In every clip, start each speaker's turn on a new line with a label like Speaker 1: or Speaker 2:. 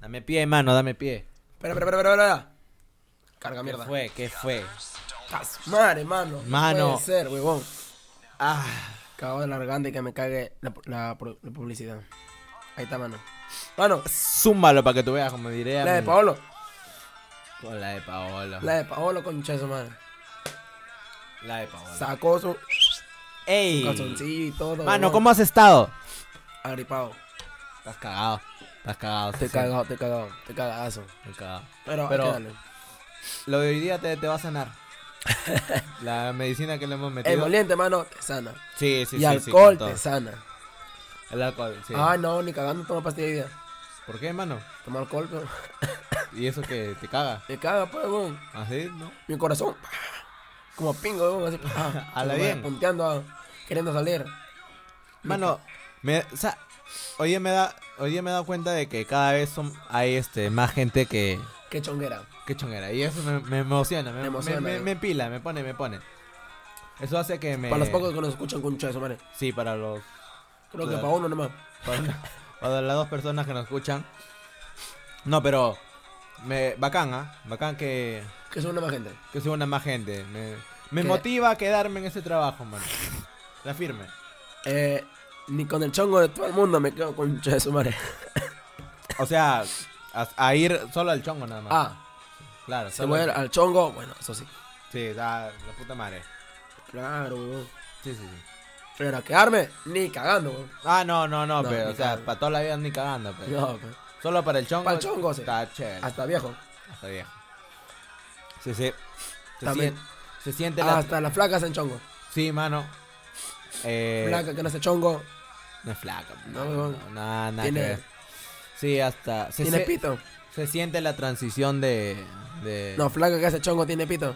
Speaker 1: Dame pie, mano, dame pie.
Speaker 2: Espera, espera, espera, espera, espera. Carga
Speaker 1: ¿Qué
Speaker 2: mierda.
Speaker 1: fue? ¿Qué fue?
Speaker 2: Tas- Madre, mano. No
Speaker 1: Mano.
Speaker 2: puede ser, huevón. Ah, cago de la garganta y que me cague la, la pu- la publicidad. Ahí está, mano. Mano,
Speaker 1: Zúmbalo para que tú veas como diré. a
Speaker 2: la de
Speaker 1: mí.
Speaker 2: Paolo.
Speaker 1: Con la de Paolo.
Speaker 2: La de Paolo, concha de su madre.
Speaker 1: La de Paolo.
Speaker 2: Sacó su
Speaker 1: ¡Ey!
Speaker 2: calzoncillo y todo.
Speaker 1: Mano,
Speaker 2: huevón.
Speaker 1: ¿cómo has estado?
Speaker 2: Agripado.
Speaker 1: Estás cagado. Estás cagado.
Speaker 2: Te
Speaker 1: sí,
Speaker 2: cagado, te cagado, te cagazo.
Speaker 1: sí, Estoy cagado.
Speaker 2: Pero,
Speaker 1: Pero-
Speaker 2: hay que darle.
Speaker 1: Lo de hoy día te, te va a sanar. la medicina que le hemos metido.
Speaker 2: Emoliente, mano, te sana.
Speaker 1: Sí, sí, sí.
Speaker 2: y
Speaker 1: sí,
Speaker 2: alcohol
Speaker 1: con
Speaker 2: te
Speaker 1: todo.
Speaker 2: sana.
Speaker 1: El alcohol, sí.
Speaker 2: Ah, no, ni cagando toma pastilla hoy día.
Speaker 1: ¿Por qué, mano?
Speaker 2: Toma alcohol, pero.
Speaker 1: ¿Y eso que te caga?
Speaker 2: Me caga, pues, huevón.
Speaker 1: ¿Así? ¿No?
Speaker 2: Mi corazón. pa, Como pingo, huevón, así. pa,
Speaker 1: A la
Speaker 2: como
Speaker 1: bien.
Speaker 2: Punteando, ah, queriendo salir.
Speaker 1: Mano, me, o sea, oye, me da, oye, me he dado cuenta de que cada vez son, hay este, más gente que,
Speaker 2: Qué chonguera.
Speaker 1: que chonguera. Y eso me, me emociona, me,
Speaker 2: Te emociona,
Speaker 1: me- me-
Speaker 2: eh.
Speaker 1: me pila, me pone, me pone. Eso hace que me...
Speaker 2: Para los pocos que nos escuchan con eso, madre.
Speaker 1: Sí, para los...
Speaker 2: Creo que
Speaker 1: Claro.
Speaker 2: para uno nomás.
Speaker 1: Para, para las dos personas que nos escuchan. No, pero... Me, bacán, ¿ah? Bacán que,
Speaker 2: Que son una más gente.
Speaker 1: que se una más gente. Me, me
Speaker 2: Que-
Speaker 1: motiva a quedarme en ese trabajo, mano. La firme.
Speaker 2: Eh, ni con el chongo de todo el mundo me quedo con eso, madre.
Speaker 1: O sea, a, a ir solo al chongo nada más.
Speaker 2: Ah,
Speaker 1: claro.
Speaker 2: se
Speaker 1: solo
Speaker 2: voy
Speaker 1: al-
Speaker 2: al chongo. Bueno, eso sí.
Speaker 1: Sí, da la puta madre.
Speaker 2: Claro, huevón.
Speaker 1: Sí, sí, sí.
Speaker 2: Pero a quedarme, ni cagando, huevón.
Speaker 1: Ah, no, no, no,
Speaker 2: No,
Speaker 1: pero,
Speaker 2: ni
Speaker 1: o sea,
Speaker 2: cagando.
Speaker 1: para toda la vida ni cagando, pero. eh,
Speaker 2: No, pues,
Speaker 1: Solo para el chongo.
Speaker 2: Para el chongo, sí. Ah.
Speaker 1: Está chévere. Hasta,
Speaker 2: hasta viejo.
Speaker 1: viejo. Sí, sí. Se
Speaker 2: También.
Speaker 1: siente, se siente la...
Speaker 2: Hasta las flacas en chongo.
Speaker 1: Sí, mano. Eh,
Speaker 2: Flaca que no hace chongo,
Speaker 1: No es flaca.
Speaker 2: No,
Speaker 1: No, no,
Speaker 2: no.
Speaker 1: no, nada, nada
Speaker 2: Tiene-
Speaker 1: que ver. Sí, Eh. hasta... Se,
Speaker 2: tiene
Speaker 1: se-
Speaker 2: pito.
Speaker 1: se siente la transición de... de...
Speaker 2: No, flaca que hace chongo tiene pito.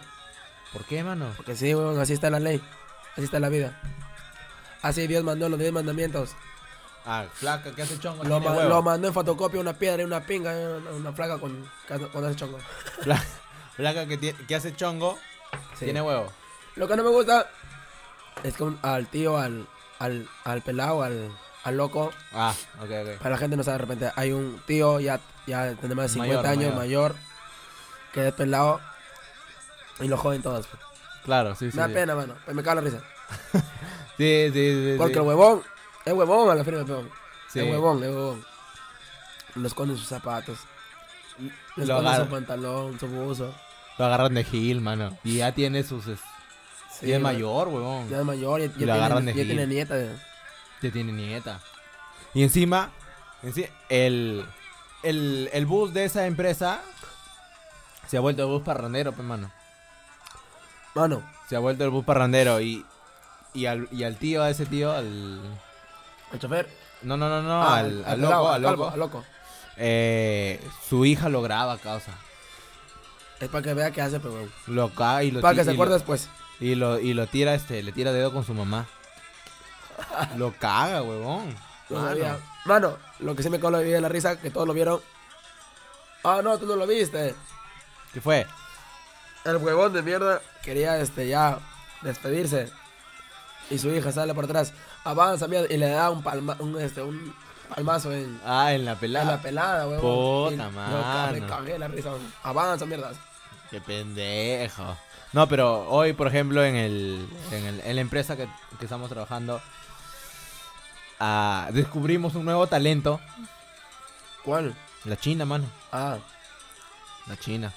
Speaker 1: ¿Por qué, mano?
Speaker 2: Porque sí, huevón, así está la ley. Así está la vida. Así Dios mandó los diez mandamientos.
Speaker 1: Ah, flaca, ¿qué hace chongo?
Speaker 2: Lo,
Speaker 1: Tiene
Speaker 2: ma-
Speaker 1: huevo.
Speaker 2: lo mandó en fotocopia una piedra y una pinga, eh, una, una flaca con, con ese chongo.
Speaker 1: Fla- Flaca que, tie- que hace chongo,
Speaker 2: Sí.
Speaker 1: tiene huevo.
Speaker 2: Lo que no me gusta es que un- al tío, al, al, al pelado, al, al loco,
Speaker 1: Ah, ok, ok.
Speaker 2: para la gente no sabe de repente, hay un tío ya, ya tiene más de 50
Speaker 1: Mayor,
Speaker 2: años, mayor, que es pelado y lo joden todos.
Speaker 1: Claro, sí, sí.
Speaker 2: Me da
Speaker 1: sí.
Speaker 2: pena, mano, pero me cago en la risa.
Speaker 1: Sí, sí, sí. sí.
Speaker 2: Porque el huevón, es huevón a la firma, peón.
Speaker 1: Sí.
Speaker 2: Es huevón, es huevón. Le esconden sus zapatos, le
Speaker 1: Lo,
Speaker 2: esconden su
Speaker 1: agarran,
Speaker 2: pantalón, su buzo.
Speaker 1: lo agarran de Gil, mano. Y ya tiene sus. es-
Speaker 2: Sí,
Speaker 1: ya es
Speaker 2: mano.
Speaker 1: mayor, huevón.
Speaker 2: Ya es mayor, ya, ya
Speaker 1: Y lo agarran
Speaker 2: tiene,
Speaker 1: de
Speaker 2: ya tiene
Speaker 1: gil.
Speaker 2: nieta. eh.
Speaker 1: Ya tiene nieta. Y encima, enci- el, el, el bus de esa empresa se ha vuelto el bus parrandero, pues, mano.
Speaker 2: Mano,
Speaker 1: Se ha vuelto el bus parrandero. Y, y, al, y al tío, a ese tío, al.
Speaker 2: el chofer.
Speaker 1: No, no, no, no,
Speaker 2: ah,
Speaker 1: al, al
Speaker 2: pelado,
Speaker 1: loco, al
Speaker 2: calvo,
Speaker 1: loco.
Speaker 2: al loco.
Speaker 1: Eh, su hija lo graba, causa.
Speaker 2: Es para que vea qué hace, pero weón.
Speaker 1: Lo ca- y lo
Speaker 2: Para que
Speaker 1: ti-
Speaker 2: se
Speaker 1: y lo-
Speaker 2: acuerde después.
Speaker 1: Y lo, y lo tira, este, le tira dedo con su mamá. Lo caga, huevón.
Speaker 2: Lo
Speaker 1: Mano.
Speaker 2: sabía. Mano, lo que sí me coló de la risa, que todos lo vieron. Ah, no, tú no lo viste.
Speaker 1: ¿Qué fue?
Speaker 2: El huevón de mierda quería este ya despedirse. Y su hija sale por atrás. Avanza, mierda. Y le da un, palma, un, este, un palmazo en,
Speaker 1: Ah, en la
Speaker 2: en
Speaker 1: pelada.
Speaker 2: la pelada, huevón.
Speaker 1: Puta
Speaker 2: Y lo ca-
Speaker 1: mano.
Speaker 2: Me cagué la risa. weón. Avanza, mierda.
Speaker 1: Qué pendejo. No, pero hoy, por ejemplo, en el, en, el- en la empresa que, que estamos trabajando, ah, descubrimos un nuevo talento.
Speaker 2: ¿Cuál?
Speaker 1: La China, mano.
Speaker 2: Ah,
Speaker 1: La China.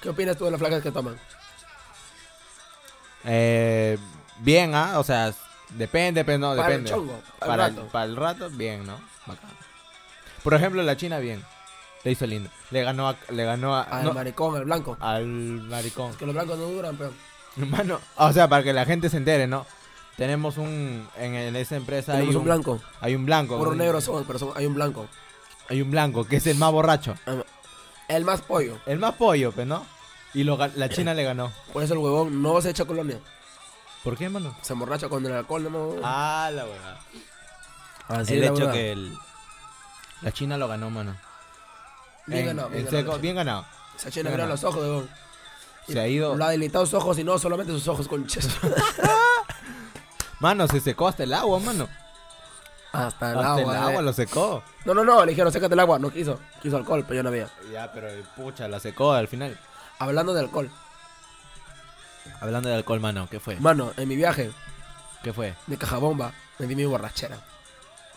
Speaker 2: ¿qué opinas tú de las flacas que toman?
Speaker 1: Eh, bien, ¿ah? O sea, depende, pero no,
Speaker 2: Para el
Speaker 1: depende.
Speaker 2: chongo, para el
Speaker 1: para, el-
Speaker 2: rato.
Speaker 1: para el rato, bien, ¿no? Bacán. Por ejemplo, la China, bien. Le hizo lindo. Le ganó a- le ganó a-
Speaker 2: Al
Speaker 1: no,
Speaker 2: Ah, maricón, al blanco.
Speaker 1: al maricón.
Speaker 2: Es que los blancos no duran, pero.
Speaker 1: Hermano, o sea, para que la gente se entere, ¿no? Tenemos un. En, en esa empresa hay
Speaker 2: Tenemos
Speaker 1: un,
Speaker 2: un blanco.
Speaker 1: Hay un blanco.
Speaker 2: Puro
Speaker 1: un-
Speaker 2: negro somos, pero somos- hay un blanco.
Speaker 1: Hay un blanco, que es el más borracho.
Speaker 2: El más pollo.
Speaker 1: El más pollo, pues, ¿no? Y lo ga- la China le ganó.
Speaker 2: Por eso pues el huevón no se echa colonia.
Speaker 1: ¿Por qué, hermano?
Speaker 2: Se emborracha con el alcohol, no.
Speaker 1: Ah, la verdad.
Speaker 2: Así
Speaker 1: el
Speaker 2: es la
Speaker 1: hecho
Speaker 2: verdad.
Speaker 1: que el- la China lo ganó, mano.
Speaker 2: Bien
Speaker 1: En-
Speaker 2: ganado.
Speaker 1: en
Speaker 2: Bien
Speaker 1: seco,
Speaker 2: ganado.
Speaker 1: bien ganado.
Speaker 2: Se echa en
Speaker 1: bien
Speaker 2: los ojos, huevón.
Speaker 1: Se ha ido.
Speaker 2: Lo ha debilitado sus ojos y no solamente sus ojos con
Speaker 1: Mano, se secó hasta el agua, mano.
Speaker 2: Hasta el
Speaker 1: Hasta
Speaker 2: agua.
Speaker 1: el
Speaker 2: eh.
Speaker 1: agua lo secó.
Speaker 2: No, no, no, le dijeron, sécate el agua. No quiso. Quiso alcohol, pero yo no había.
Speaker 1: Ya, pero eh, pucha, la secó al final.
Speaker 2: Hablando de alcohol.
Speaker 1: Hablando de alcohol, mano, ¿qué fue?
Speaker 2: Mano, en mi viaje
Speaker 1: ¿Qué fue?
Speaker 2: de cajabomba me di mi borrachera.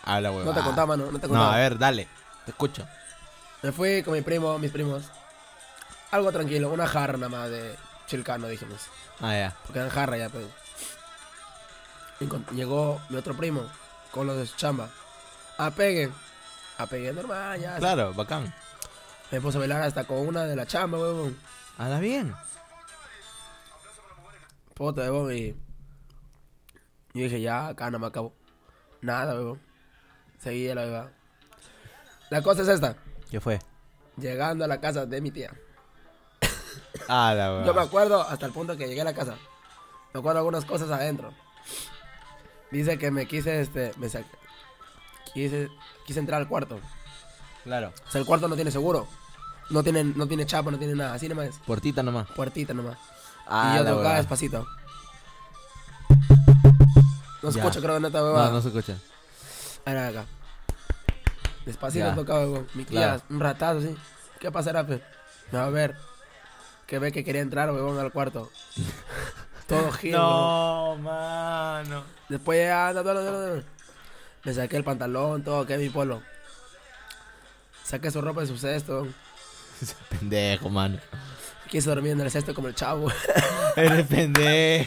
Speaker 1: Habla, huevón.
Speaker 2: No te contaba, mano, no te
Speaker 1: Ah. No, a
Speaker 2: contaba.
Speaker 1: ver, dale. Te escucho.
Speaker 2: me fui con mi primo, mis primos. Algo tranquilo, una jarra nada más de chilcano, dijimos.
Speaker 1: Ah, ya.
Speaker 2: Porque eran jarra ya, pues. Y con- llegó mi otro primo con los de su chamba. Apegue. Apegue normal, ya.
Speaker 1: Claro, bacán.
Speaker 2: Me puse a bailar hasta con una de la chamba, huevón.
Speaker 1: Anda bien.
Speaker 2: Puta, huevón, y... Yo dije, ya, acá no me acabo. Nada, huevón. Seguía la beba. La cosa es esta.
Speaker 1: ¿Qué fue?
Speaker 2: Llegando a la casa de mi tía.
Speaker 1: Ah, la
Speaker 2: Yo me
Speaker 1: huevón.
Speaker 2: acuerdo hasta el punto que llegué a la casa. Me acuerdo algunas cosas adentro. Dice que me quise, este, me sa- quise, quise entrar al cuarto.
Speaker 1: Claro.
Speaker 2: O sea, el cuarto no tiene seguro. No tiene, no tiene chapa, no tiene nada. Así nomás.
Speaker 1: Portita nomás.
Speaker 2: Puertita nomás.
Speaker 1: Ah,
Speaker 2: y yo
Speaker 1: la
Speaker 2: tocaba
Speaker 1: huevón.
Speaker 2: despacito. No se
Speaker 1: Ya.
Speaker 2: escucha, creo, neta,
Speaker 1: No,
Speaker 2: huevada.
Speaker 1: no se escucha.
Speaker 2: Era acá. Despacito
Speaker 1: Ya.
Speaker 2: tocaba, huevón. Mi tía,
Speaker 1: Claro.
Speaker 2: un ratazo así. ¿Qué pasará, pe? Me va a ver. Que ve que quería entrar, huevón, al cuarto. Todo giro.
Speaker 1: No,
Speaker 2: huevón.
Speaker 1: mano.
Speaker 2: Después ya, anda, anda, anda, anda. Me saqué el pantalón, todo, que mi polo. Saqué su ropa de su cesto.
Speaker 1: Ese pendejo, mano.
Speaker 2: Quise dormir en el cesto como el chavo.
Speaker 1: Eres pendejo.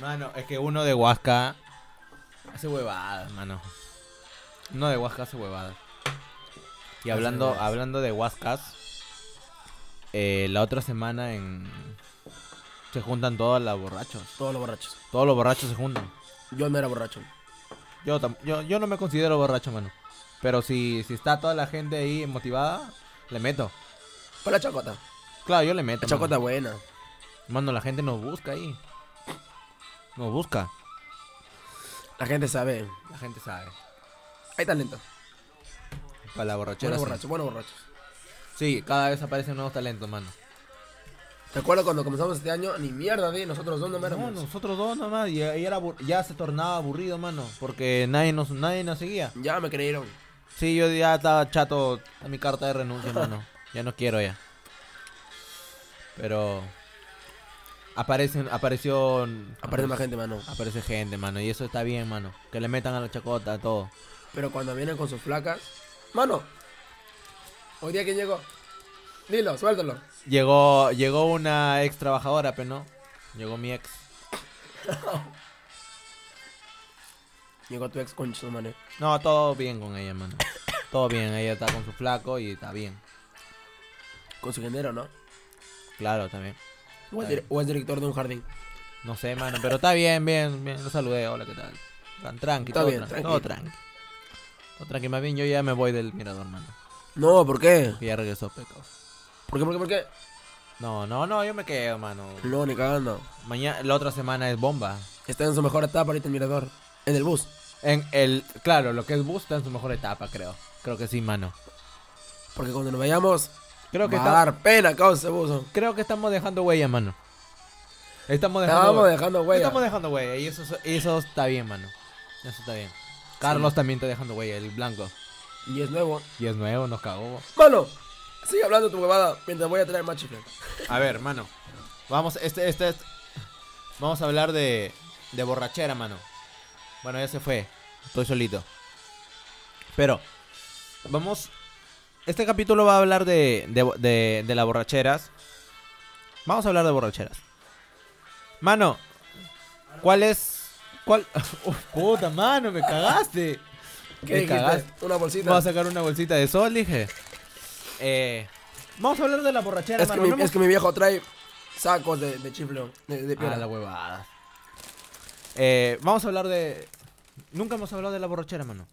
Speaker 1: Mano, es que uno de Huasca hace huevadas, mano. Uno de Huasca hace huevadas. Y
Speaker 2: Hace
Speaker 1: hablando,
Speaker 2: huevadas.
Speaker 1: hablando de Huascas, eh, la otra semana en... se juntan todos los borrachos.
Speaker 2: Todos los borrachos.
Speaker 1: Todos los borrachos se juntan.
Speaker 2: Yo no era borracho.
Speaker 1: Yo, tam- yo, yo no me considero borracho, mano. Pero si, si está toda la gente ahí motivada, le meto.
Speaker 2: Fue la chacota.
Speaker 1: Claro, yo le meto.
Speaker 2: La
Speaker 1: mano.
Speaker 2: chacota buena.
Speaker 1: Mano, la gente nos busca ahí. Nos busca.
Speaker 2: La gente sabe.
Speaker 1: La gente sabe.
Speaker 2: Hay talento.
Speaker 1: Para la borrachera.
Speaker 2: Buenos
Speaker 1: sí.
Speaker 2: borrachos, buenos borrachos.
Speaker 1: Sí, cada vez aparecen nuevos talentos, mano.
Speaker 2: Te acuerdo cuando comenzamos este año, ni mierda de nosotros dos no
Speaker 1: No,
Speaker 2: éramos.
Speaker 1: nosotros dos nomás. Y, y era, abur- ya se tornaba aburrido, mano. Porque nadie nos, nadie nos seguía.
Speaker 2: Ya me creyeron.
Speaker 1: Sí, yo ya estaba chato a mi carta de renuncia, mano. Ya no quiero ya. Pero. Aparecen, apareció.
Speaker 2: Aparece más gente, mano.
Speaker 1: Aparece gente, mano. Y eso está bien, mano. Que le metan a la chacota, a todo.
Speaker 2: Pero cuando vienen con sus flacas. Mano. Hoy día que llegó. Dilo, suéltalo.
Speaker 1: Llegó, llegó una ex trabajadora, pero no. Llegó mi ex.
Speaker 2: Llegó tu ex con su mané.
Speaker 1: No, todo bien con ella, mano. Todo bien, ella está con su flaco y está bien.
Speaker 2: Con su género, ¿no?
Speaker 1: Claro, también.
Speaker 2: O es, dir- o es director de un jardín.
Speaker 1: No sé, mano, pero está bien, bien, bien. Lo saludé, hola, ¿qué tal? Tan tranqui,
Speaker 2: Está
Speaker 1: todo,
Speaker 2: bien,
Speaker 1: tran-
Speaker 2: tranqui.
Speaker 1: todo tranqui. Todo tranqui, más bien yo ya me voy del mirador, mano.
Speaker 2: No, ¿por qué?
Speaker 1: Que ya regresó Pecos.
Speaker 2: ¿Por qué, por qué, por qué?
Speaker 1: No, no, no, yo me quedo, mano.
Speaker 2: No, ni cagando.
Speaker 1: Mañana, la otra semana es bomba.
Speaker 2: Está en su mejor etapa ahorita el mirador. En el bus.
Speaker 1: En el, claro, lo que es bus está en su mejor etapa, creo. Creo que sí, mano.
Speaker 2: Porque cuando nos vayamos,
Speaker 1: Creo que
Speaker 2: va
Speaker 1: está-
Speaker 2: a dar pena, causa ese buzo.
Speaker 1: Creo que estamos dejando huella, mano. Estamos dejando
Speaker 2: Estábamos
Speaker 1: huella.
Speaker 2: dejando huella.
Speaker 1: Estamos dejando huella y eso, eso está bien, mano. Eso está bien. Carlos también está dejando huella, el blanco.
Speaker 2: Y es nuevo.
Speaker 1: Y es nuevo, nos cagó.
Speaker 2: Mano, sigue hablando tu huevada mientras voy a traer más chicle.
Speaker 1: A ver, mano. Vamos, este, este, este- Vamos a hablar de, de borrachera, mano. Bueno, ya se fue. Estoy solito. Pero, vamos. Este capítulo va a hablar de, de, de, de las borracheras. Vamos a hablar de borracheras. Mano, ¿cuál es. ¿Cuál. Uf, puta, mano, me cagaste.
Speaker 2: ¿Qué
Speaker 1: me
Speaker 2: dijiste?
Speaker 1: cagaste.
Speaker 2: Una bolsita.
Speaker 1: Vamos a sacar una bolsita de sol, dije. Eh, vamos a hablar de la borrachera,
Speaker 2: es, que
Speaker 1: mano.
Speaker 2: mi,
Speaker 1: No hemos-
Speaker 2: es que mi viejo trae sacos de, de chiflón. De, de piola.
Speaker 1: Ah, la huevada. Eh, vamos a hablar de. Nunca hemos hablado de la borrachera, mano.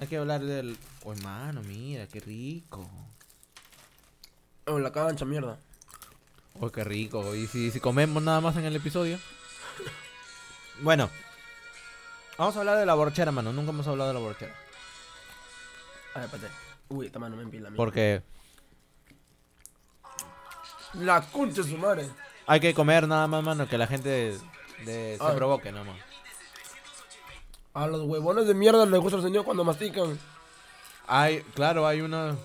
Speaker 1: Hay que hablar del. Uy, mano, mira, qué rico.
Speaker 2: Oh, la cancha, mierda.
Speaker 1: Uy, qué rico. Y si, si comemos nada más en el episodio. Bueno, vamos a hablar de la borrachera, mano. Nunca hemos hablado de la borrachera.
Speaker 2: A ver, espérate. Uy, esta mano me empila. mierda.
Speaker 1: Porque
Speaker 2: La concha de su madre.
Speaker 1: hay que comer nada más, mano, que la gente de- se
Speaker 2: Ay.
Speaker 1: provoque, nada más.
Speaker 2: A los huevones de mierda les gusta el sonido cuando mastican.
Speaker 1: Hay, claro, hay una.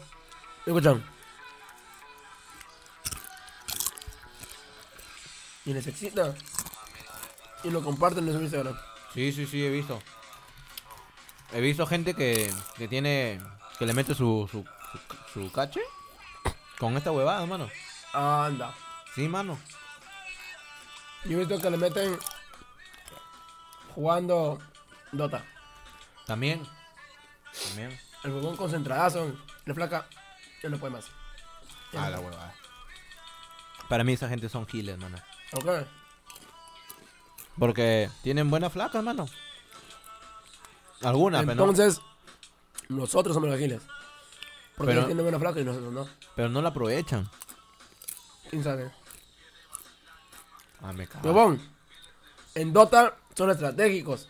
Speaker 2: Escuchan. Y les excita. Y lo comparten en su Instagram.
Speaker 1: Sí, sí, sí, he visto. He visto gente que, que tiene. que le mete su, su, su, su cache con esta huevada, mano.
Speaker 2: Anda.
Speaker 1: Sí, mano.
Speaker 2: Yo he visto que le meten jugando Dota.
Speaker 1: También. También.
Speaker 2: El huevón concentradazo, la flaca, ya no puede más. Ya
Speaker 1: Ah,
Speaker 2: no
Speaker 1: la
Speaker 2: puede.
Speaker 1: huevada. Para mí esa gente son giles, mano. Ah,
Speaker 2: Ok.
Speaker 1: Porque tienen buenas flacas, mano. Algunas, pero no,
Speaker 2: Entonces, nosotros somos los giles.
Speaker 1: Pero-
Speaker 2: Porque ellos tienen buena flaca y nosotros no.
Speaker 1: pero no la aprovechan.
Speaker 2: ¿Quién sabe?
Speaker 1: Ah, me cago.
Speaker 2: Huevón, en Dota son estratégicos.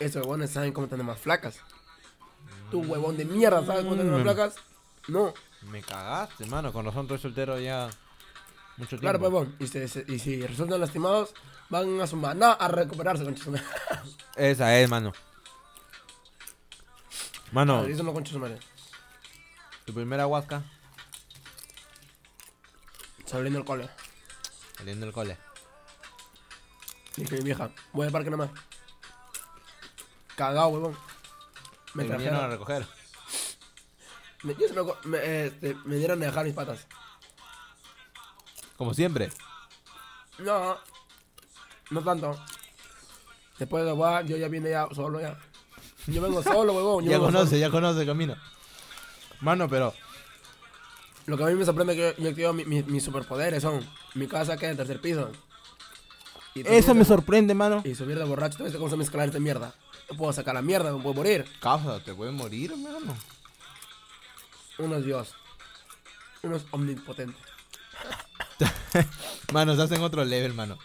Speaker 2: Esos huevones saben cómo tener más flacas. Tú, huevón de mierda, ¿sabes cómo tener más
Speaker 1: Mm.
Speaker 2: flacas? No,
Speaker 1: Me cagaste, mano. Con razón estoy soltero ya mucho tiempo.
Speaker 2: claro, pues, huevón. Y, se- se- y si resultan lastimados, van a su maná a recuperarse, concha su madre.
Speaker 1: Esa es, mano. Mano,
Speaker 2: Eso no, concha su madre.
Speaker 1: tu primera huasca
Speaker 2: Saliendo del cole.
Speaker 1: saliendo del cole.
Speaker 2: Dije, mi vieja, voy al parque nomás. Cagado, huevón. Me
Speaker 1: Me vinieron a
Speaker 2: trajeron.
Speaker 1: recoger.
Speaker 2: Me, yo se me, acu- me, este, me dieron a dejar mis patas.
Speaker 1: Como siempre.
Speaker 2: No, no tanto. Después de guay, yo ya vine ya solo ya. Yo vengo solo, huevón. Yo
Speaker 1: Ya
Speaker 2: vengo
Speaker 1: conoce,
Speaker 2: solo.
Speaker 1: ya conoce el camino. Mano, pero.
Speaker 2: Lo que a mí me sorprende es que yo, yo activo mi- mi- mis superpoderes son mi casa que es el tercer piso. Y tú
Speaker 1: Eso me
Speaker 2: subir de-
Speaker 1: sorprende, mano.
Speaker 2: Y subir de borracho, ¿tú viste cómo se me escalar esta mierda? No puedo sacar la mierda, me puedo morir.
Speaker 1: Causa, te puedes morir, mano.
Speaker 2: Unos dios. Unos omnipotentes.
Speaker 1: Mano, se hacen otro level, mano.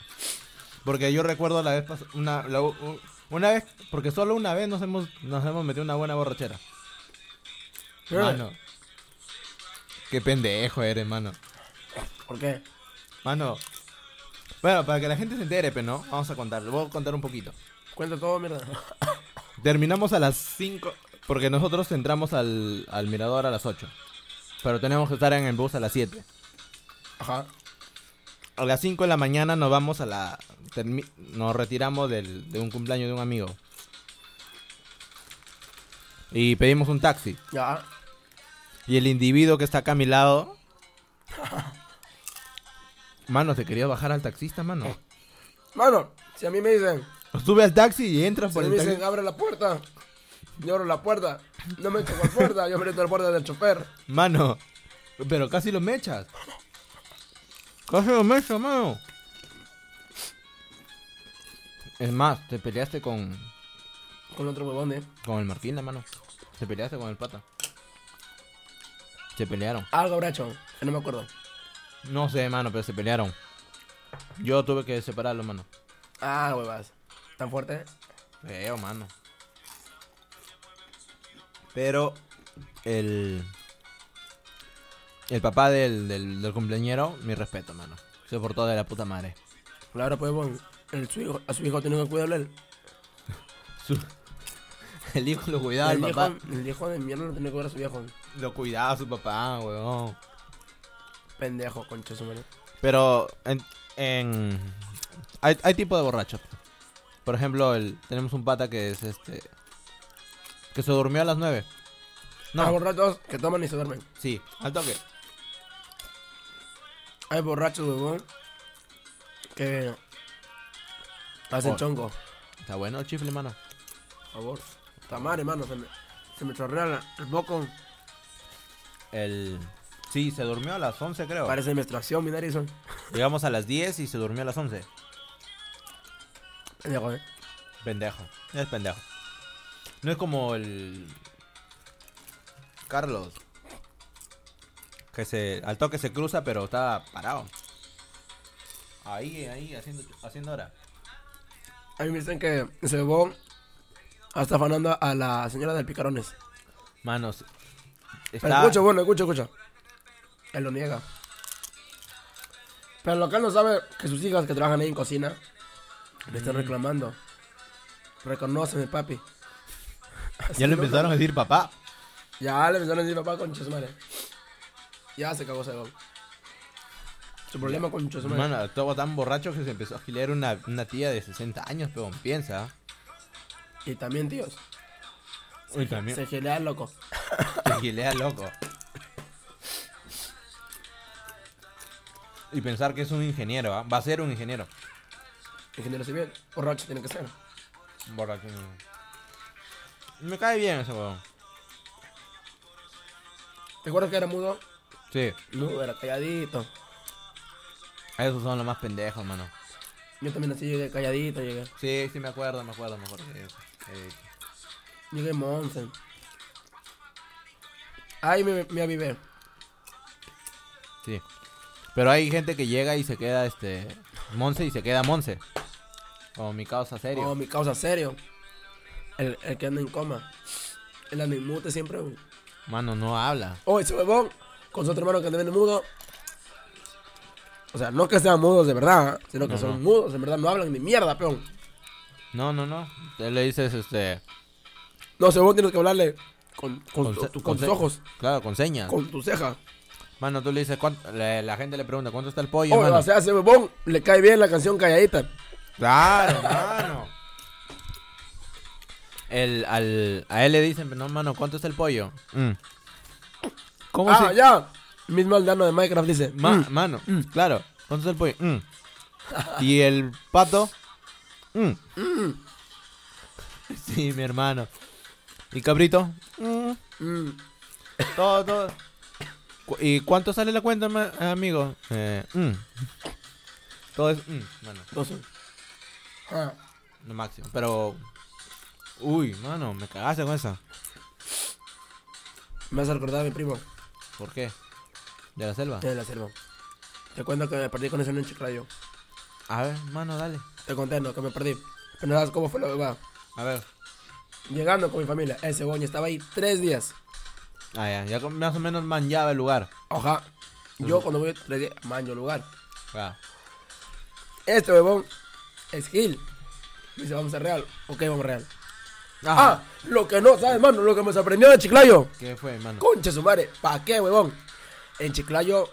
Speaker 1: Porque yo recuerdo la vez pas- una, la u- u- una vez, porque solo una vez nos hemos, nos hemos metido una buena borrachera.
Speaker 2: Pero,
Speaker 1: Mano. Qué pendejo eres, mano.
Speaker 2: ¿Por qué?
Speaker 1: Mano. Bueno, para que la gente se entere, pero no, vamos a contar, voy a contar un poquito.
Speaker 2: Cuenta todo, mierda.
Speaker 1: Terminamos a las 5, porque nosotros entramos al, al mirador a las 8. Pero tenemos que estar en el bus a las 7.
Speaker 2: Ajá.
Speaker 1: A las 5 de la mañana nos vamos a la... termi- Nos retiramos del- de un cumpleaños de un amigo. Y pedimos un taxi.
Speaker 2: Ya.
Speaker 1: Y el individuo que está acá a mi lado... Mano, se quería bajar al taxista, mano.
Speaker 2: Mano, si a mí me dicen,
Speaker 1: Sube al taxi y entras
Speaker 2: Si
Speaker 1: por
Speaker 2: me
Speaker 1: el taxi.
Speaker 2: dicen, abre la puerta. Yo abro la puerta. No me echo por puerta, yo me meto a la puerta del chofer.
Speaker 1: Mano, pero casi lo mechas. Casi lo mechas, mano. Es más, te peleaste con,
Speaker 2: Con otro huevón, eh.
Speaker 1: con el Martín, la mano. Te peleaste con el pata. Se pelearon.
Speaker 2: Algo habrá hecho, que no me acuerdo.
Speaker 1: No sé, mano, pero se pelearon. Yo tuve que separarlo, mano.
Speaker 2: Ah, huevas. Tan fuerte.
Speaker 1: Feo, mano. Pero el. El papá del, del, del cumpleañero, mi respeto, mano. Se portó de la puta madre.
Speaker 2: Claro, pues, huevón. El, su hijo, a su hijo tiene que cuidarle. El,
Speaker 1: Su- El hijo lo cuidaba, el,
Speaker 2: el, hijo,
Speaker 1: papá.
Speaker 2: el hijo de mierda no tiene que cuidar a su viejo.
Speaker 1: Lo cuidaba su papá, weón.
Speaker 2: Pendejo, concha de su madre.
Speaker 1: Pero en, en- hay, hay tipo de borrachos. Por ejemplo, el, tenemos un pata que es este que se durmió a las 9. No,
Speaker 2: Hay borrachos que toman y se duermen.
Speaker 1: sí, al toque.
Speaker 2: Hay borrachos, huevón. Que. Hacen
Speaker 1: Oh.
Speaker 2: chongo.
Speaker 1: Está bueno el chifle, mano.
Speaker 2: Por favor. Está mal, hermano. Se me, se me chorrea la- el moco.
Speaker 1: El Sí, se durmió a las 11, creo.
Speaker 2: Parece menstruación, mi nariz. son.
Speaker 1: Llegamos a las 10 y se durmió a las 11.
Speaker 2: Pendejo, eh.
Speaker 1: Pendejo. Es pendejo. No es como el. Carlos. Que se. Al toque se cruza, pero está parado. Ahí, ahí, haciendo, haciendo hora.
Speaker 2: A mí me dicen que se llevó hasta afanando a la señora del Picarones.
Speaker 1: Manos.
Speaker 2: Pero
Speaker 1: Está.
Speaker 2: escucha, bueno, escucha, escucha. Él lo niega.
Speaker 1: Mm.
Speaker 2: Pero lo que él no sabe que sus hijas que trabajan ahí en cocina le están reclamando. reconóceme, papi.
Speaker 1: Ya le empezaron a decir papá.
Speaker 2: Ya le empezaron a decir papá con Chesmare. Ya se cagó Sagón. Su problema con Chesmare.
Speaker 1: Mano, estaba tan borracho que se empezó a gilear una, una tía de 60 años, peón. Piensa.
Speaker 2: Y también, tíos.
Speaker 1: Uy, también.
Speaker 2: Se gelea loco.
Speaker 1: Se gilea loco. Y pensar que es un ingeniero, ¿ah? Va a ser un ingeniero.
Speaker 2: Ingeniero civil. Borracho tiene que ser.
Speaker 1: Borracho. Me cae bien ese weón.
Speaker 2: ¿Te acuerdas que era mudo?
Speaker 1: Sí.
Speaker 2: No, era calladito.
Speaker 1: Esos son los más pendejos, mano.
Speaker 2: Yo también así llegué calladito, llegué.
Speaker 1: Sí, sí, me acuerdo, me acuerdo, me acuerdo. Eh, eh,
Speaker 2: Llegué Monsen. Ahí me, me avivé.
Speaker 1: sí. Pero hay gente que llega y se queda, este... Monse y se queda Monse. Como mi causa serio.
Speaker 2: No, Oh, mi causa, serio. El, el que anda en coma. El anda en mute siempre. güey.
Speaker 1: Mano, no habla.
Speaker 2: Oh, ese huevón. Con su otro hermano que también es mudo. O sea, no que sean mudos de verdad, ¿eh? sino que
Speaker 1: No,
Speaker 2: son
Speaker 1: no.
Speaker 2: mudos, en verdad no hablan ni mierda, peón.
Speaker 1: No, no, no. Te le dices, este...
Speaker 2: No, ese huevón tienes que hablarle con, con,
Speaker 1: con
Speaker 2: tu-
Speaker 1: se-
Speaker 2: tu-
Speaker 1: con
Speaker 2: con tus
Speaker 1: se-
Speaker 2: ojos,
Speaker 1: Claro, con señas.
Speaker 2: con tu ceja.
Speaker 1: Mano, tú le dices... ¿cuánto? Le- la gente le pregunta, ¿cuánto está el pollo,
Speaker 2: Oh,
Speaker 1: mano?
Speaker 2: o sea, ese huevón le cae bien la canción calladita.
Speaker 1: Claro, mano. El, al, a él le dicen, no, mano, ¿cuánto está el pollo? Mm. ¿Cómo
Speaker 2: Ah,
Speaker 1: se...?
Speaker 2: ya. Mismo el dano de Minecraft dice.
Speaker 1: Ma-
Speaker 2: "Mm".
Speaker 1: Mano, claro, ¿cuánto está el pollo? Mm. ¿Y el pato? Mm. Sí, mi hermano. ¿Y cabrito? Mm.
Speaker 2: Mm.
Speaker 1: Todo, todo. Cu- ¿Y cuánto sale la cuenta, ma- amigo? Eh, mm. Todo es... mm, mano.
Speaker 2: Entonces. Ah.
Speaker 1: Lo máximo. Pero. Uy, mano, me cagaste con esa.
Speaker 2: Me has recordado a mi primo
Speaker 1: ¿Por qué? ¿De la selva?
Speaker 2: de la selva. Te cuento que me perdí con ese en Chiclayo.
Speaker 1: A ver, mano, dale.
Speaker 2: Te conté, no, que me perdí. Pero no sabes cómo fue la bebada.
Speaker 1: A ver.
Speaker 2: Llegando con mi familia, ese boño estaba ahí tres días.
Speaker 1: Ah, ya, ya con- más o menos manjaba el lugar.
Speaker 2: Oja. Yo cuando voy tres días, manjo el lugar.
Speaker 1: Ya.
Speaker 2: Este bebón es Gil. Dice, vamos a Real. Ok, vamos a Real.
Speaker 1: Ah,
Speaker 2: Ah, lo que no sabes, mano, lo que me sorprendió de Chiclayo.
Speaker 1: ¿Qué fue, mano?
Speaker 2: Concha su madre, ¿pa' qué, huevón? En Chiclayo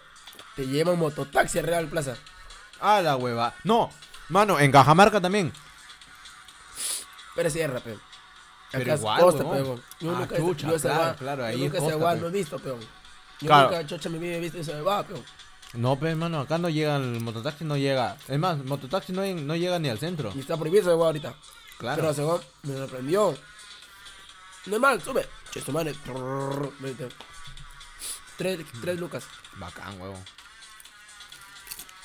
Speaker 2: te llevan mototaxi a Real Plaza.
Speaker 1: Ah, la hueva. No, mano, en Cajamarca también.
Speaker 2: Pero sí es rapeo.
Speaker 1: Pero
Speaker 2: Acá es
Speaker 1: igual,
Speaker 2: costa,
Speaker 1: huevón.
Speaker 2: peón. Yo
Speaker 1: Ah,
Speaker 2: nunca
Speaker 1: chucha,
Speaker 2: yo esa
Speaker 1: claro,
Speaker 2: hueá-
Speaker 1: claro,
Speaker 2: yo
Speaker 1: ahí
Speaker 2: nunca
Speaker 1: es
Speaker 2: esa
Speaker 1: costa,
Speaker 2: hueá
Speaker 1: peón.
Speaker 2: no he visto, peón. Yo
Speaker 1: Claro.
Speaker 2: nunca, chocha, mi vida he visto esa hueá, peón.
Speaker 1: No, pues, mano, acá no llega el mototaxi, no llega. Es más, mototaxi no, no llega ni al centro.
Speaker 2: Y está prohibido esa hueá ahorita.
Speaker 1: Claro.
Speaker 2: Pero esa hueá me sorprendió. Normal, sube. Che, su madre. Trrr, vete. Tres, tres lucas.
Speaker 1: Bacán, huevo.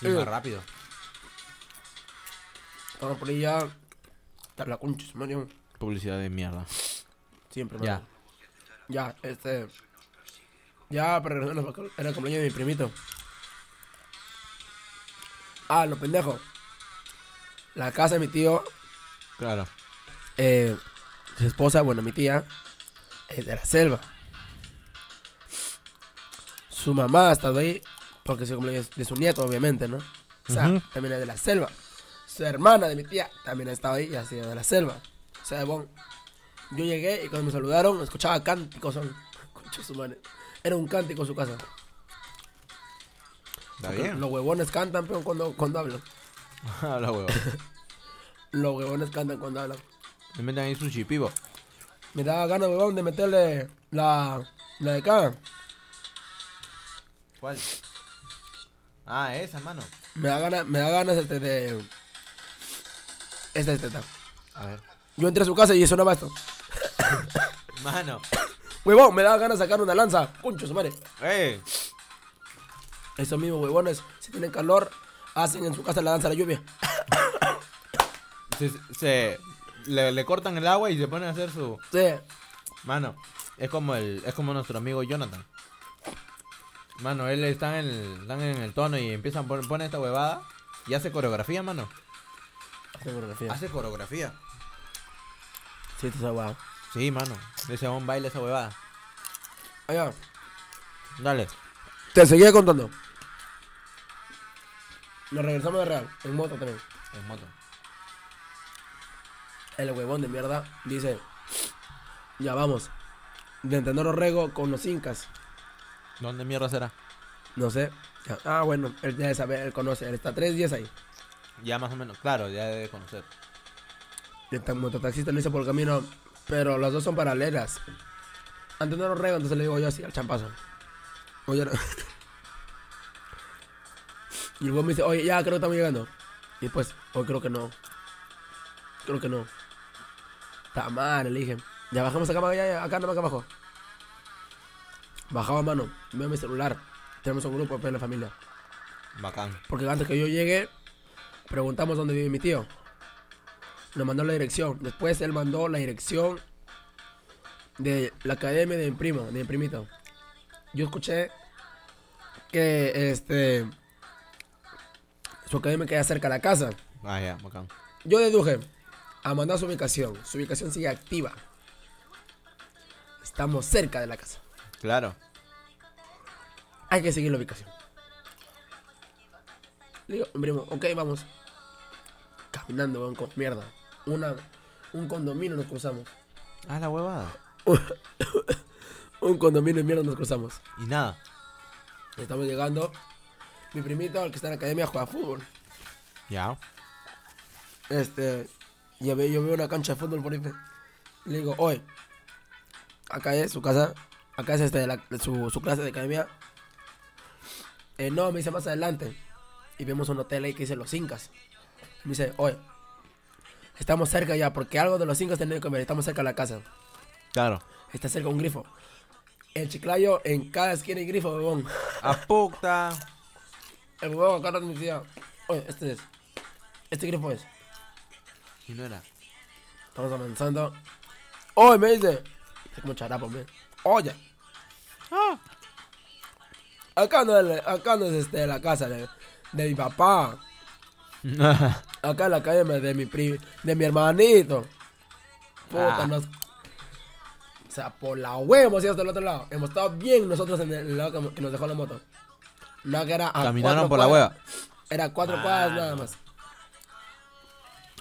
Speaker 1: Y
Speaker 2: Eh.
Speaker 1: más rápido.
Speaker 2: Estamos por ahí ya. Tabla concha, su madre. huevón.
Speaker 1: Publicidad de mierda.
Speaker 2: Siempre,
Speaker 1: Ya.
Speaker 2: mano. Ya, este. Ya, pero regresando pa' acá, era el cumpleaños de mi primito. Ah, lo pendejo. La casa de mi tío,
Speaker 1: Claro.
Speaker 2: eh, su esposa, bueno, mi tía, es de la selva. Su mamá ha estado ahí, porque es el cumpleaños de su nieto, obviamente, ¿no? O sea,
Speaker 1: Ujú.
Speaker 2: también es de la selva. Su hermana de mi tía también ha estado ahí y ha sido de la selva. O sea, bon, yo llegué y cuando me saludaron escuchaba cánticos. Son, concha su madre. Era un cántico su casa.
Speaker 1: Está
Speaker 2: Porque
Speaker 1: bien.
Speaker 2: Los huevones cantan, pero cuando, cuando hablan.
Speaker 1: Ah, la hueva.
Speaker 2: Los huevones cantan cuando hablan.
Speaker 1: Me meten ahí sushi, pivo.
Speaker 2: Me daba ganas, huevón, de meterle la, la de acá.
Speaker 1: ¿Cuál? Ah, esa, mano.
Speaker 2: Me da ganas, me da ganas este de. Esta es teta.
Speaker 1: A ver.
Speaker 2: Yo entré a su casa y eso no basta.
Speaker 1: Mano.
Speaker 2: Huevón, me da ganas de sacar una lanza. Concho su madre.
Speaker 1: ¡Ey!
Speaker 2: Esos mismos huevones, si tienen calor, hacen en su casa la danza de la lluvia.
Speaker 1: Se, se- le, le cortan el agua y se ponen a hacer su.
Speaker 2: Sí.
Speaker 1: Mano, es como el, es como nuestro amigo Jonathan. Mano, él está en el, están en el tono y empiezan a poner esta huevada y hace coreografía, mano.
Speaker 2: Hacen coreografía.
Speaker 1: Hace coreografía.
Speaker 2: Sí, esa huevada.
Speaker 1: Sí, mano. Ese un baile esa huevada.
Speaker 2: Allá.
Speaker 1: Dale.
Speaker 2: Te seguía contando. Nos regresamos de Real, en moto también.
Speaker 1: En moto.
Speaker 2: El huevón de mierda dice, ya vamos, de entender Orrego con los incas.
Speaker 1: ¿Dónde mierda será?
Speaker 2: No sé. Ya, Ah, bueno, él ya sabe, él conoce, él está tres días ahí.
Speaker 1: Ya más o menos, claro, ya debe conocer.
Speaker 2: Y el tam- mototaxista lo hizo por el camino, pero las dos son paralelas. Antes no lo rego, entonces le digo yo así al champazo. Oye, no- y el güey me dice, oye, ya creo que estamos llegando. Y después, hoy creo que no. Creo que no. Está mal, le dije. Ya bajamos acá, ya, ya, acá, no acá abajo. Bajaba mano, veo mi celular. Tenemos un grupo de la familia.
Speaker 1: Bacán.
Speaker 2: Porque antes que yo llegue, preguntamos dónde vive mi tío. Nos mandó la dirección. Después él mandó la dirección de la academia de mi primo, de mi primito. Yo escuché que este su academia queda cerca de la casa.
Speaker 1: Ah, ya, bacán.
Speaker 2: Yo deduje a mandar su ubicación. Su ubicación sigue activa. Estamos cerca de la casa.
Speaker 1: Claro.
Speaker 2: Hay que seguir la ubicación. Le digo, mi primo, ok, vamos. Caminando, weón, con mierda. Una, un condominio nos cruzamos.
Speaker 1: Ah, la huevada.
Speaker 2: Un condominio de mierda nos cruzamos.
Speaker 1: Y nada.
Speaker 2: Estamos llegando. Mi primito, el que está en la academia, juega fútbol.
Speaker 1: Ya.
Speaker 2: Este, yo veo, yo veo una cancha de fútbol por ahí. Le digo, oye, acá es su casa, acá es este, la- su, su clase de academia. Eh, no, me dice más adelante. Y vemos un hotel ahí que dice Los Incas. Me dice, oye, estamos cerca ya, porque algo de Los Incas tenemos que ver, estamos cerca de la casa.
Speaker 1: Claro.
Speaker 2: Está cerca un grifo. El chiclayo en cada esquina hay grifo, huevón.
Speaker 1: A puta.
Speaker 2: El huevón acá me decía, oye, este es, este grifo es.
Speaker 1: Y no era.
Speaker 2: Estamos avanzando. ¡Oye, me dice! Es como charapo, me. Oh, Oye. Acá no, es la- acá no es este, la casa de, de mi papá. Acá es la calle de mi, pri- de mi hermanito. Puta,
Speaker 1: Ah.
Speaker 2: nos... O sea, por la hueva hemos ido hasta el otro lado. Hemos estado bien nosotros en el lado que- que nos dejó la moto. No, que era a
Speaker 1: Caminaron
Speaker 2: cuatro
Speaker 1: por la
Speaker 2: cuadras-
Speaker 1: hueva. Ah.
Speaker 2: Era cuatro cuadras nada
Speaker 1: Mano.
Speaker 2: más.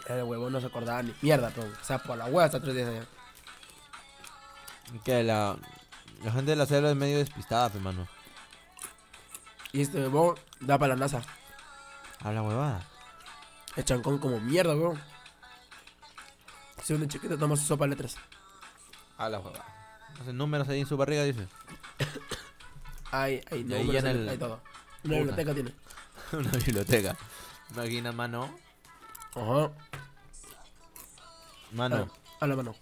Speaker 2: El huevón no se acordaba ni mierda, todo. O sea, por la hueva hasta tres días allá.
Speaker 1: Que la, la gente de la selva es medio despistada, pe, mano.
Speaker 2: Y este huevón da para la NASA.
Speaker 1: Habla huevada.
Speaker 2: El chancón como mierda, huevón. Si un chiquito toma su sopa de letras.
Speaker 1: Habla huevada. Hace números ahí en su barriga, dice.
Speaker 2: Hay,
Speaker 1: Y
Speaker 2: hay,
Speaker 1: ahí
Speaker 2: números,
Speaker 1: llena
Speaker 2: hay-
Speaker 1: el-
Speaker 2: hay todo.
Speaker 1: Puta.
Speaker 2: Una biblioteca tiene.
Speaker 1: Una biblioteca. Imagina, mano.
Speaker 2: Ajá.
Speaker 1: Mano,
Speaker 2: Ah, Habla, mano.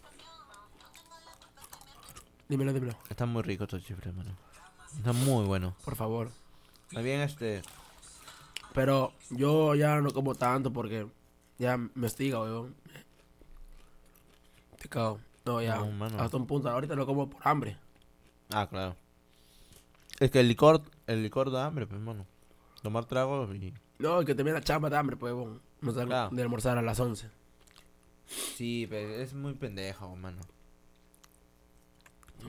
Speaker 2: Dímelo, dímelo.
Speaker 1: está muy rico estos chifres, mano. Está muy bueno.
Speaker 2: Por favor.
Speaker 1: Más bien, este.
Speaker 2: Pero yo ya no como tanto porque ya me estiga, weón. Te cago. No, ya.
Speaker 1: No, mano.
Speaker 2: Hasta un punto. Ahorita no como por hambre.
Speaker 1: Ah, claro. Es que el licor, el licor da hambre, pues, mano. Tomar tragos y.
Speaker 2: No, el que termina la chamba de hambre, pues, weón. No salgo
Speaker 1: Claro.
Speaker 2: de almorzar a las 11.
Speaker 1: Sí, pero es muy pendejo, mano.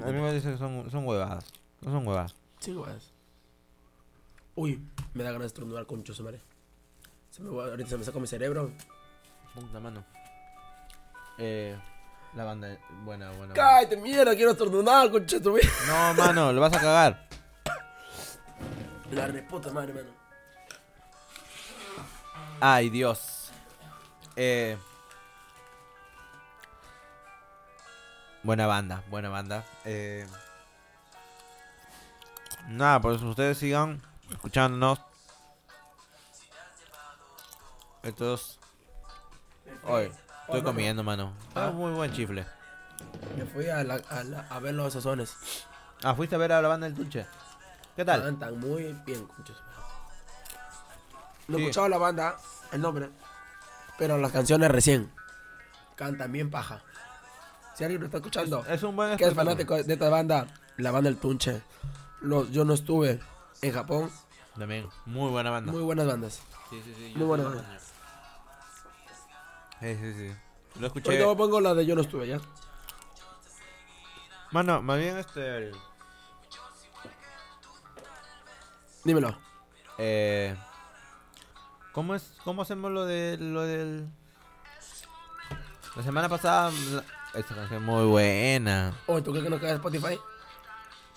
Speaker 1: A mí me dice que son, son huevadas. No son huevadas.
Speaker 2: Sí, weas. Uy, me da ganas de estornudar con su madre. Se me va- ahorita se me saca mi cerebro.
Speaker 1: Ah. Puta mano. Eh. La banda. Buena, buena. buena.
Speaker 2: ¡Cállate, mierda! Quiero estornudar con tu madre.
Speaker 1: No, mano, lo vas a cagar.
Speaker 2: La reputa madre, mano.
Speaker 1: Ay, Dios. Eh. Buena banda, buena banda. Eh, nada, pues ustedes sigan escuchándonos. Estos. Hoy,
Speaker 2: Este,
Speaker 1: estoy comiendo, mano. Ah, muy buen chifle.
Speaker 2: Me fui a, la- a la- a ver los sazones.
Speaker 1: Ah, fuiste a ver a la banda del Dulce. ¿Qué tal?
Speaker 2: Cantan muy bien, concha su madre. No
Speaker 1: Sí.
Speaker 2: escuchaba la banda, el nombre. Pero las canciones recién. Cantan bien paja. Si alguien lo está escuchando.
Speaker 1: Es un buen
Speaker 2: que Ah, es
Speaker 1: espectáculo.
Speaker 2: fanático de esta banda, la banda El Tunche. Los, yo no estuve en Japón.
Speaker 1: También, muy buena banda.
Speaker 2: Muy buenas bandas.
Speaker 1: Sí, sí, sí.
Speaker 2: Muy buena banda.
Speaker 1: Sí, sí, sí. Lo escuché.
Speaker 2: Ahorita pongo la de Yo no estuve ya.
Speaker 1: Mano, más bien este. el-
Speaker 2: Dímelo.
Speaker 1: Eh, ¿cómo, es, ¿Cómo hacemos lo de lo del. La semana pasada. la- Esta canción es muy buena.
Speaker 2: Oye, ¿tú crees que no cae Spotify?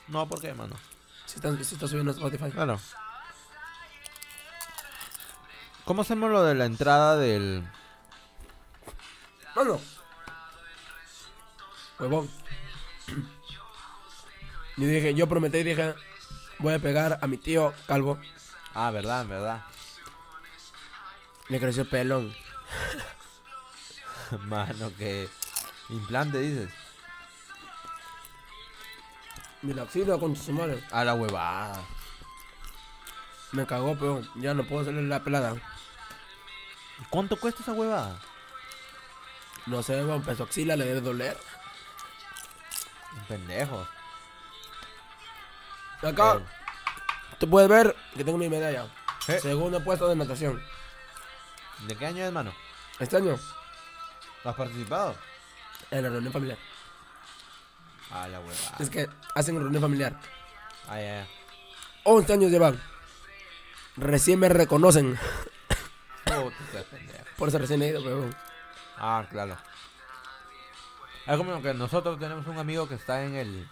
Speaker 1: No, ¿por qué, mano?
Speaker 2: Si están- si está subiendo a Spotify.
Speaker 1: Claro. ¿Cómo hacemos lo de la entrada del.
Speaker 2: No, no. Huevón. Yo dije, yo prometí, dije, voy a pegar a mi tío calvo.
Speaker 1: Ah, verdad, verdad.
Speaker 2: Le creció pelón.
Speaker 1: Mano, que. Implante, dices.
Speaker 2: Mi laxina con su madre.
Speaker 1: A la huevada.
Speaker 2: Me cagó, peón. Ya no puedo hacerle la pelada.
Speaker 1: ¿Cuánto cuesta esa huevada?
Speaker 2: No sé, huevón, peso axila le debe doler.
Speaker 1: Pendejos.
Speaker 2: Acá, tú puedes ver que tengo mi medalla.
Speaker 1: Eh.
Speaker 2: Segundo puesto de natación.
Speaker 1: ¿De qué año es, mano?
Speaker 2: Este año,
Speaker 1: ¿Has participado?
Speaker 2: en la reunión familiar.
Speaker 1: A Ah, la huevada.
Speaker 2: Es que hacen reunión familiar.
Speaker 1: Ay, ay, ay.
Speaker 2: 11 años llevan. Recién me reconocen.
Speaker 1: Puta, pendejo.
Speaker 2: Por eso recién he ido, peón.
Speaker 1: Ah, claro. Es como que nosotros tenemos un amigo que está en el.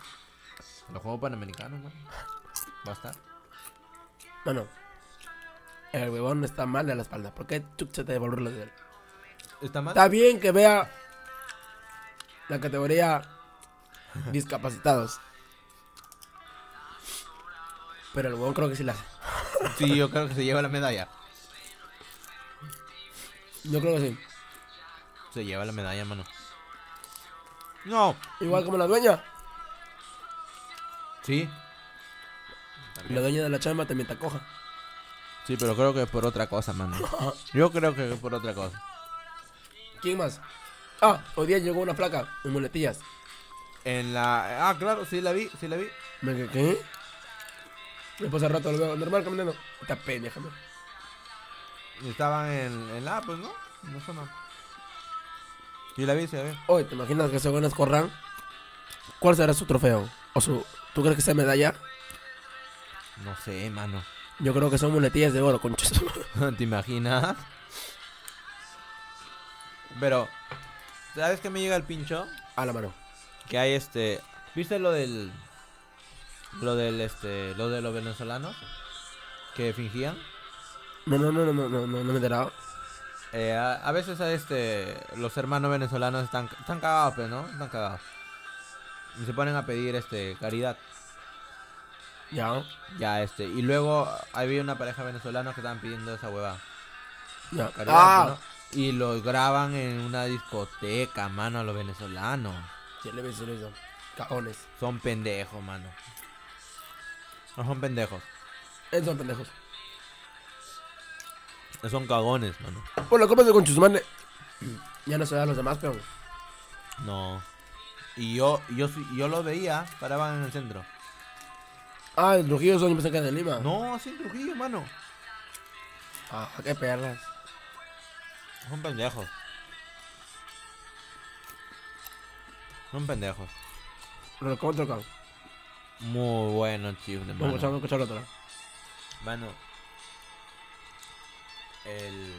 Speaker 1: en los Juegos Panamericanos, man. Va a estar.
Speaker 2: Mano, el huevón está mal de la espalda. ¿Por qué chucha te devolvió la de él?
Speaker 1: ¿Está mal?
Speaker 2: Está bien que vea la categoría discapacitados. Pero el huevón creo que sí la hace.
Speaker 1: Sí, yo creo que se lleva la medalla.
Speaker 2: Yo creo que sí.
Speaker 1: Se lleva la medalla, mano. No.
Speaker 2: Igual como la dueña.
Speaker 1: Sí.
Speaker 2: La dueña de la chamba también te coja.
Speaker 1: Sí, pero creo que es por otra cosa, mano. Yo creo que es por otra cosa.
Speaker 2: ¿Quién más? Ah, hoy día llegó una placa en muletillas.
Speaker 1: En la. Ah, claro, sí la vi, sí la vi.
Speaker 2: Me quedé, ¿qué? Después al rato lo veo normal caminando. Está pendeja, man.
Speaker 1: Estaban en, en la, pues, ¿no? No sé, no. Sí la vi, sí la vi.
Speaker 2: Oye, ¿te imaginas que se buenas corran? ¿Cuál será su trofeo? ¿O su... ¿Tú crees que sea medalla?
Speaker 1: No sé, mano.
Speaker 2: Yo creo que son muletillas de oro, conchas.
Speaker 1: ¿Te imaginas? Pero, ¿sabes qué me llega el pincho?
Speaker 2: A la mano.
Speaker 1: Que hay este. ¿Viste lo del. Lo del este. Lo de los venezolanos? Que fingían.
Speaker 2: No, no, no, no, no, no, no, no me he enterado.
Speaker 1: Eh, a, a veces a este. Los hermanos venezolanos están, están cagados, pues, ¿no? Están cagados. Y se ponen a pedir este. caridad.
Speaker 2: Ya,
Speaker 1: Ya, este. Y luego había una pareja venezolana que estaban pidiendo esa huevada.
Speaker 2: ya.
Speaker 1: Caridad,
Speaker 2: Ah,
Speaker 1: ¿no? Y los graban en una discoteca, mano, a los venezolanos.
Speaker 2: sí, le ves, sí, le ves. Cagones.
Speaker 1: Son pendejos, mano. No son pendejos.
Speaker 2: Esos son pendejos.
Speaker 1: Son cagones, mano.
Speaker 2: Por Pues la copa de conchas, man. Ya no se da a los demás, pero.
Speaker 1: No. Y yo, yo, sí- yo los veía, paraban en el centro.
Speaker 2: Ah, el Trujillo son, yo pensé que eran de Lima.
Speaker 1: No, así en Trujillo, mano.
Speaker 2: Ah, qué perras.
Speaker 1: Son pendejos. Son pendejos.
Speaker 2: Lo encuentro, cabrón.
Speaker 1: Muy bueno, chifle,
Speaker 2: Vamos a escuchar,
Speaker 1: mano.
Speaker 2: vamos a escuchar otro.
Speaker 1: Mano. El.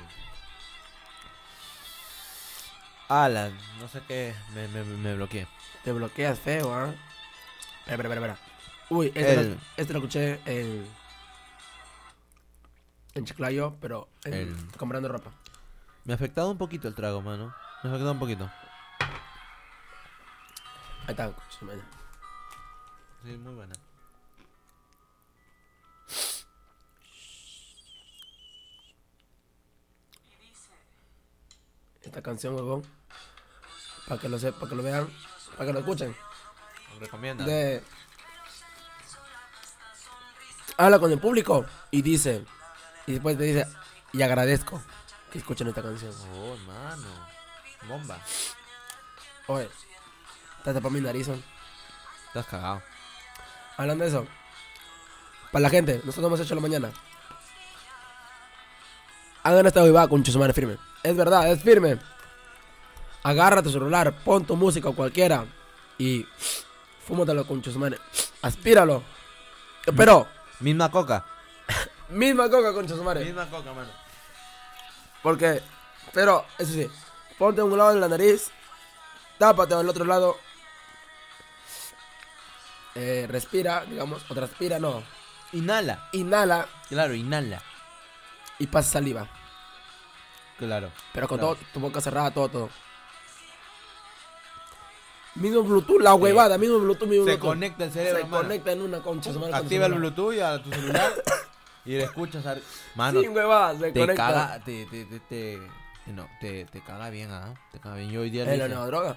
Speaker 1: Alan, no sé qué, me, me, me bloqueé.
Speaker 2: Te bloqueas feo, ¿ah? Espera, espera, espera, espera. Uy, este,
Speaker 1: El-
Speaker 2: lo, este lo escuché en. En Chiclayo, pero en-
Speaker 1: El-
Speaker 2: comprando ropa.
Speaker 1: Me ha afectado un poquito el trago, mano. Me ha afectado un poquito.
Speaker 2: Ahí está, coche, madre.
Speaker 1: Sí, muy buena.
Speaker 2: Esta canción, huevón. Para que lo sepan, para que lo vean, para que lo escuchen.
Speaker 1: Recomienda.
Speaker 2: De... Habla con el público y dice. Y después te dice, y agradezco que escuchen esta canción.
Speaker 1: Oh, mano. Bomba.
Speaker 2: Oye, está tapando mi nariz. ¿no?
Speaker 1: Estás cagado.
Speaker 2: Hablando de eso, para la gente, nosotros hemos hecho la mañana. Hagan esta huevada con su madre firme. Es verdad, es firme. Agarra tu celular, pon tu música o cualquiera y fúmatelo con su madre. Aspíralo. Pero,
Speaker 1: Misma coca.
Speaker 2: misma coca con su madre.
Speaker 1: Misma coca, mano.
Speaker 2: Porque, pero, eso sí, ponte un lado en la nariz tápate al otro lado. Eh, respira, digamos, o transpira, no.
Speaker 1: Inhala.
Speaker 2: Inhala
Speaker 1: Claro, inhala.
Speaker 2: y pasa saliva.
Speaker 1: Claro.
Speaker 2: Pero con
Speaker 1: Claro.
Speaker 2: todo, tu boca cerrada, todo, todo. Mismo Bluetooth, la huevada, mismo Bluetooth, mismo
Speaker 1: Se
Speaker 2: Bluetooth.
Speaker 1: conecta el cerebro,
Speaker 2: Se
Speaker 1: mano.
Speaker 2: conecta en una concha. su madre, con
Speaker 1: Activa
Speaker 2: su
Speaker 1: el
Speaker 2: celular.
Speaker 1: Bluetooth a tu celular y le escuchas a... Mano,
Speaker 2: Sí, huevada, se
Speaker 1: te
Speaker 2: conecta.
Speaker 1: caga... Te, te, te, te- No, te, te caga bien, ¿ah? Te caga bien. Yo hoy día le
Speaker 2: Es la
Speaker 1: hice-
Speaker 2: nueva droga.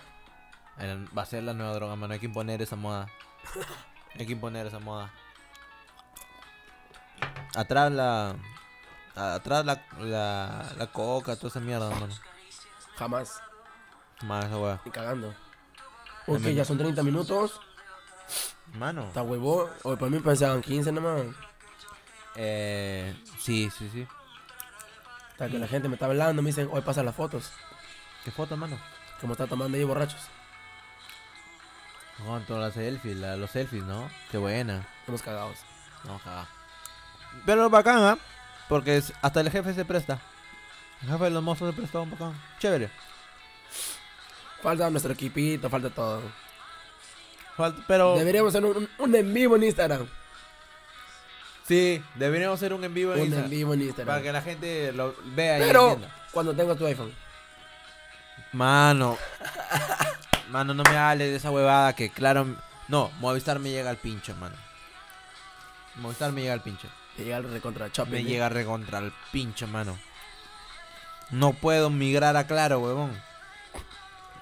Speaker 1: Era- Va a ser la nueva droga, mano. Hay que imponer esa moda. Hay que imponer esa moda. Atrás la. a- Atrás la, la, la coca, toda esa mierda, mano.
Speaker 2: Jamás.
Speaker 1: Más esa weá.
Speaker 2: Ni cagando. Ok,
Speaker 1: Tremendo.
Speaker 2: ya son 30 minutos.
Speaker 1: Mano.
Speaker 2: Está huevón. Oye, para mí pensaban 15 nomás.
Speaker 1: Eh, sí, sí, sí.
Speaker 2: Hasta que la gente me está hablando, me dicen, hoy pasa las fotos.
Speaker 1: ¿Qué foto, mano?
Speaker 2: Como está tomando ahí borrachos.
Speaker 1: Con todas las selfies, la- los selfies, ¿no? Qué buena.
Speaker 2: Hemos cagados.
Speaker 1: No, cagá. Pero bacán, ¿ah? Porque es- hasta el jefe se presta. El jefe de los mozos se prestó un bacán. Chévere.
Speaker 2: Falta nuestro equipito, falta todo.
Speaker 1: Falta- pero.
Speaker 2: Deberíamos hacer un, un- un en vivo en Instagram.
Speaker 1: Sí, deberíamos hacer un en vivo
Speaker 2: Un
Speaker 1: en Instagram.
Speaker 2: en vivo en
Speaker 1: Para
Speaker 2: Instagram.
Speaker 1: que la gente lo vea y
Speaker 2: Pero
Speaker 1: entienda.
Speaker 2: cuando tengo tu iPhone.
Speaker 1: Mano. Mano, no me hables de esa huevada que claro. No, Movistar me llega al pincho, mano. Movistar me llega al pincho.
Speaker 2: Te llega el recontra
Speaker 1: Me
Speaker 2: shopping.
Speaker 1: llega recontra al pincho, mano. No puedo migrar a Claro, huevón.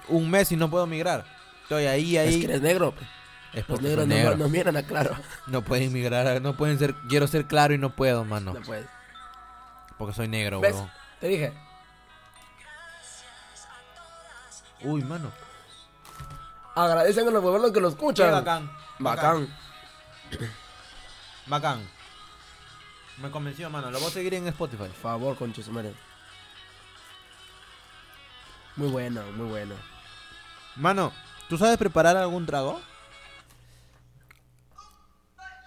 Speaker 1: Un mes y no puedo migrar. Estoy ahí,
Speaker 2: Es
Speaker 1: ahí.
Speaker 2: que eres negro. pe.
Speaker 1: Es
Speaker 2: Los
Speaker 1: porque
Speaker 2: negros
Speaker 1: soy
Speaker 2: no,
Speaker 1: negro.
Speaker 2: no miran a claro.
Speaker 1: No pueden migrar, a- no pueden ser. Quiero ser claro y no puedo, mano.
Speaker 2: No, puedes.
Speaker 1: Porque soy negro,
Speaker 2: ¿Ves?
Speaker 1: huevón.
Speaker 2: Te dije.
Speaker 1: Uy, mano.
Speaker 2: Agradecen a los huevones que lo
Speaker 1: Qué
Speaker 2: escuchan.
Speaker 1: bacán.
Speaker 2: Bacán.
Speaker 1: Bacán. Me convenció, mano. Lo voy a seguir en Spotify.
Speaker 2: Por favor, concha su madre. Muy bueno, muy bueno.
Speaker 1: Mano, ¿tú sabes preparar algún trago?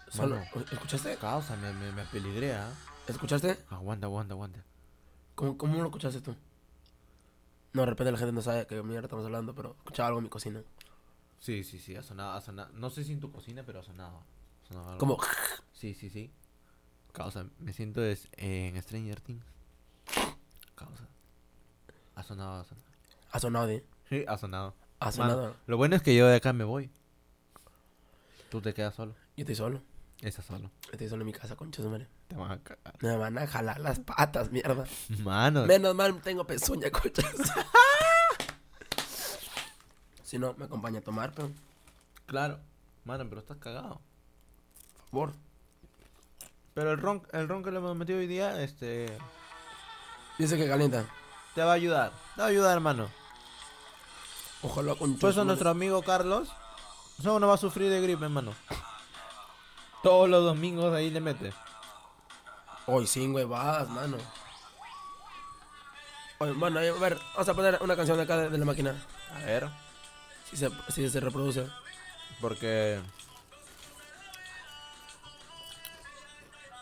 Speaker 2: Solo,
Speaker 1: Mano.
Speaker 2: ¿Escuchaste?
Speaker 1: Causa, me, me, me peligrea. ¿eh?
Speaker 2: ¿Escuchaste?
Speaker 1: Aguanta, aguanta, aguanta.
Speaker 2: ¿Cómo, ¿Cómo lo escuchaste tú? No, de repente la gente no sabe que mierda estamos hablando, pero escuchaba algo en mi cocina.
Speaker 1: Sí, sí, sí, ha sonado, ha sonado. No sé si en tu cocina, pero ha sonado. Ha sonado algo.
Speaker 2: Como,
Speaker 1: Sí, sí, sí. Causa, me siento des- en Stranger Things. Causa. Ha sonado, ha sonado.
Speaker 2: ha sonado, ¿eh?
Speaker 1: Sí, ha sonado.
Speaker 2: Ha
Speaker 1: Mano,
Speaker 2: sonado.
Speaker 1: lo bueno es que yo de acá me voy. Tú te quedas solo.
Speaker 2: Yo estoy solo.
Speaker 1: Estás solo.
Speaker 2: Estoy solo en mi casa, concha de madre.
Speaker 1: Te van a cagar.
Speaker 2: Me van a jalar las patas, mierda.
Speaker 1: Mano.
Speaker 2: Menos mal tengo pezuña, concha. de su- si no, me acompaña a tomar, pero, por
Speaker 1: Claro. Mano, pero estás cagado.
Speaker 2: favor.
Speaker 1: Pero el ron, el ron que le hemos metido hoy día, este,
Speaker 2: Dice que calienta.
Speaker 1: te va a ayudar. Te va a ayudar, hermano.
Speaker 2: Ojalá, concha.
Speaker 1: Por
Speaker 2: de
Speaker 1: eso
Speaker 2: su madre.
Speaker 1: nuestro amigo Carlos, solo no va a sufrir de gripe, hermano. Todos los domingos ahí le mete.
Speaker 2: Hoy sin huevadas, mano. Oye, mano, a ver, vamos a poner una canción de acá de, de la máquina.
Speaker 1: A ver,
Speaker 2: Si se, si se reproduce.
Speaker 1: porque...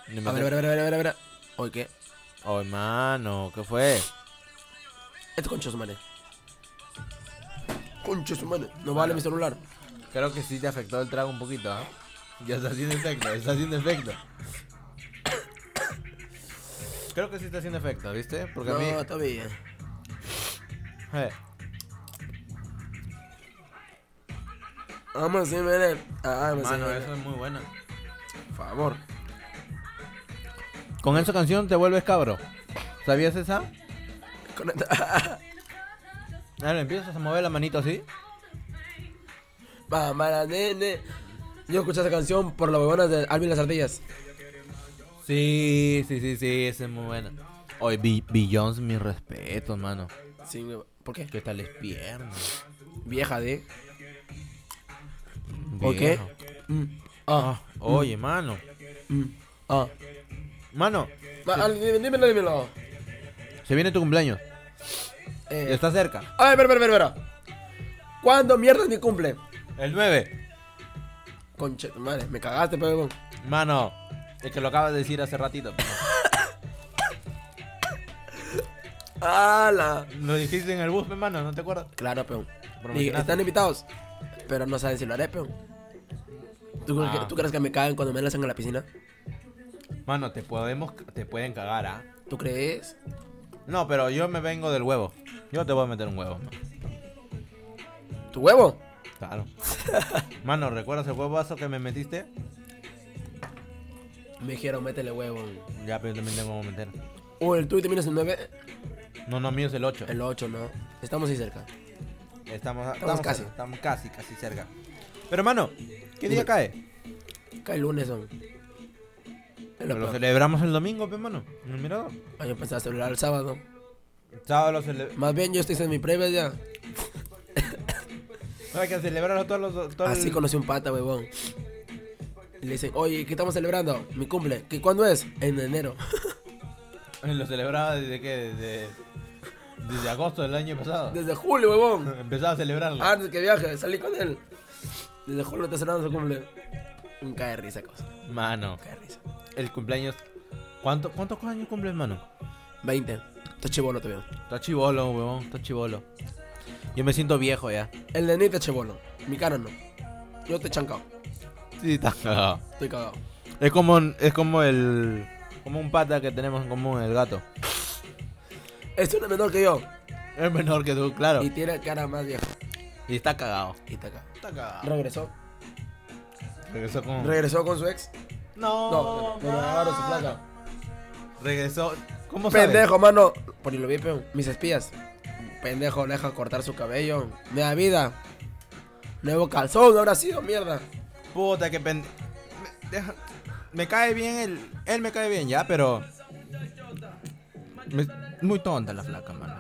Speaker 1: Ni me
Speaker 2: A ver, a ver,
Speaker 1: acuerdo.
Speaker 2: a ver, a ver, a ver, a ver. Oye, ¿qué?
Speaker 1: Ay, mano, ¿qué fue?
Speaker 2: Esto concho su madre. Concho su madre. No vale mi celular.
Speaker 1: Creo que sí te afectó el trago un poquito, ¿ah? Ya está haciendo efecto, está haciendo efecto. Creo que sí está haciendo efecto, ¿viste? Porque
Speaker 2: no,
Speaker 1: a mí...
Speaker 2: está bien.
Speaker 1: Eh.
Speaker 2: Vamos, sí, mire. Ah, vamos, sí,
Speaker 1: Mano,
Speaker 2: mire.
Speaker 1: eso es muy buena.
Speaker 2: Por favor.
Speaker 1: Con esa canción te vuelves cabro. ¿Sabías esa?
Speaker 2: Conecta.
Speaker 1: Claro, empiezas a mover la manito así.
Speaker 2: Mamá, la nene. Yo escuché esa canción por las huevonas de Alvin y las Ardillas.
Speaker 1: Sí, sí, sí, sí, esa es muy buena. Oye, Bi- Beyoncé, mis respetos, mano.
Speaker 2: Sin hueva- ¿Por qué?
Speaker 1: ¿Qué tal es piernas?
Speaker 2: Vieja de. ¿Por qué?
Speaker 1: Viejo.
Speaker 2: Mm. Ah.
Speaker 1: Oye, mano.
Speaker 2: Mm. Ah.
Speaker 1: Mano,
Speaker 2: Ma- al- Dímelo, dímelo.
Speaker 1: se viene tu cumpleaños.
Speaker 2: Eh,
Speaker 1: Está cerca.
Speaker 2: Ay, espera, espera, espera. ¿Cuándo mierda es mi cumple?
Speaker 1: El 9.
Speaker 2: Conche, tu madre, me cagaste, pero
Speaker 1: Mano, es que lo acabas de decir hace ratito. pero-
Speaker 2: ¡Hala!
Speaker 1: Lo dijiste en el bus, pe, mano, ¿no te acuerdas?
Speaker 2: Claro, pero Digo,
Speaker 1: Promocionaste.
Speaker 2: están invitados, pero no saben si lo haré, peón. ¿Tú, crees
Speaker 1: Ah.
Speaker 2: que, tú crees que me caen cuando me lanzan a la piscina?
Speaker 1: Mano, te podemos, te pueden cagar, ¿ah?
Speaker 2: ¿Tú crees?
Speaker 1: No, pero yo me vengo del huevo. Yo te voy a meter un huevo, mano.
Speaker 2: ¿Tu huevo?
Speaker 1: Claro. Mano, ¿recuerdas el huevazo que me metiste?
Speaker 2: Me dijeron, métele huevo.
Speaker 1: Ya, pero yo también tengo que meter.
Speaker 2: Uy, el tuyo terminas en 9,
Speaker 1: No, no, mío es el 8.
Speaker 2: el 8, ¿no? Estamos ahí cerca.
Speaker 1: Estamos, estamos, casi.
Speaker 2: casi.
Speaker 1: Estamos casi, casi cerca. Pero, mano, ¿qué día cae?
Speaker 2: Cae el lunes, son. Es lo
Speaker 1: Lo,
Speaker 2: peor.
Speaker 1: celebramos el domingo, pe, mano. En el mirador.
Speaker 2: Ah, yo pensaba celebrar el sábado.
Speaker 1: Sábado lo celebramos.
Speaker 2: Más bien, yo estoy en mi previa ya.
Speaker 1: Hay que celebrarlo todos los. Todos
Speaker 2: Así
Speaker 1: el-
Speaker 2: conocí un pata, huevón. Y Le dicen, oye, ¿qué estamos celebrando? Mi cumple. ¿Qué, ¿Cuándo es? En enero.
Speaker 1: Lo celebraba desde que. Desde, desde agosto del año pasado.
Speaker 2: Desde Ah. julio, huevón.
Speaker 1: Empezaba a celebrarlo.
Speaker 2: Antes que viaje, salí con él. Desde julio está celebrando su cumple. Un cae de risa, cosa. Un
Speaker 1: Mano,
Speaker 2: cae de risa.
Speaker 1: el cumpleaños. ¿Cuánto, ¿Cuántos años cumples, mano?
Speaker 2: 20. Está chivolo también.
Speaker 1: Está chivolo, huevón. Está chivolo. Yo me siento viejo ya.
Speaker 2: El de está chivolo. Mi cara no. Yo estoy chancado.
Speaker 1: Sí, está cagado.
Speaker 2: Estoy cagado.
Speaker 1: Es como, es como el. Como un pata que tenemos en común, el gato.
Speaker 2: Este es menor que yo.
Speaker 1: Es menor que tú, claro.
Speaker 2: Y
Speaker 1: Y,
Speaker 2: tiene cara más vieja.
Speaker 1: está cagado.
Speaker 2: Y está cagado.
Speaker 1: Está cagado.
Speaker 2: Regresó.
Speaker 1: Regresó con.
Speaker 2: Regresó con su ex. No,
Speaker 1: no,
Speaker 2: le grabaron su placa.
Speaker 1: Regresó. ¿Cómo sabes?
Speaker 2: Pendejo, mano. Por lo vi, peón. Mis espías. Pendejo, le deja cortar su cabello. Nueva vida. Nuevo calzón, habrá sido mierda.
Speaker 1: Puta, que pendejo. Me cae bien el. Él me cae bien ya, pero. me- Muy tonta la flaca, mano.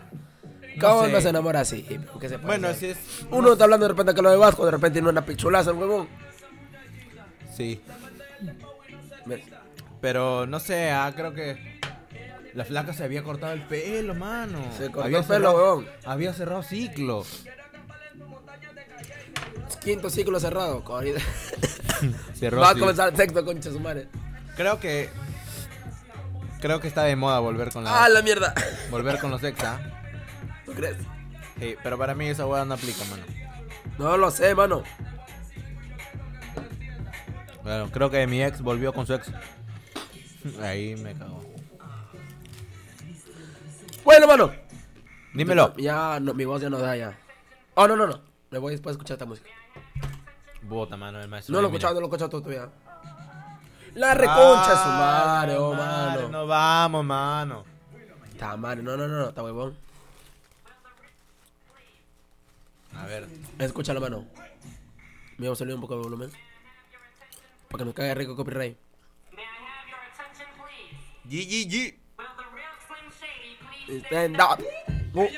Speaker 1: No
Speaker 2: ¿Cómo no,
Speaker 1: sé.
Speaker 2: se enamora así? peón? ¿Qué se puede
Speaker 1: Bueno,
Speaker 2: hacer?
Speaker 1: si es.
Speaker 2: Uno está hablando de repente que lo de Vasco, de repente tiene una pichulaza el huevón.
Speaker 1: Sí.
Speaker 2: Me-
Speaker 1: Pero no sé, ah, creo que. La flaca se había cortado el pelo, mano.
Speaker 2: Se cortó
Speaker 1: Había
Speaker 2: el pelo,
Speaker 1: cerrado-
Speaker 2: weón.
Speaker 1: Había cerrado ciclo.
Speaker 2: Quinto ciclo cerrado. co- ahorita.
Speaker 1: Cerró
Speaker 2: Va a
Speaker 1: ciclo.
Speaker 2: comenzar el sexto, concha su madre.
Speaker 1: Creo que. Creo que está de moda volver con la,
Speaker 2: ¡Ah, la mierda!
Speaker 1: volver con los ex, ¿ah?
Speaker 2: ¿Tú crees?
Speaker 1: Sí, pero para mí esa hueá no aplica, mano.
Speaker 2: No lo sé, mano.
Speaker 1: Claro, creo que mi ex volvió con su ex. Ahí me cago.
Speaker 2: Bueno, mano.
Speaker 1: Dímelo.
Speaker 2: Ya, no, mi voz ya no da ya. Oh, no, no, no. Me voy después a escuchar esta música.
Speaker 1: Bota, mano, el maestro.
Speaker 2: No lo he
Speaker 1: Mira.
Speaker 2: escuchado, no lo he escuchado todo todavía. La reconcha su madre, oh,
Speaker 1: Ay,
Speaker 2: mano.
Speaker 1: Ah, No vamos, mano.
Speaker 2: Está madre, no, no, no, no, está huevón.
Speaker 1: A ver.
Speaker 2: Escúchalo, mano. Me voy a salir un poco de volumen. Para que nos caiga rico copyright.
Speaker 3: May I have your attention, please?
Speaker 1: GGG.
Speaker 3: Will the real Slim Shady please stand
Speaker 2: Stand up. Oh,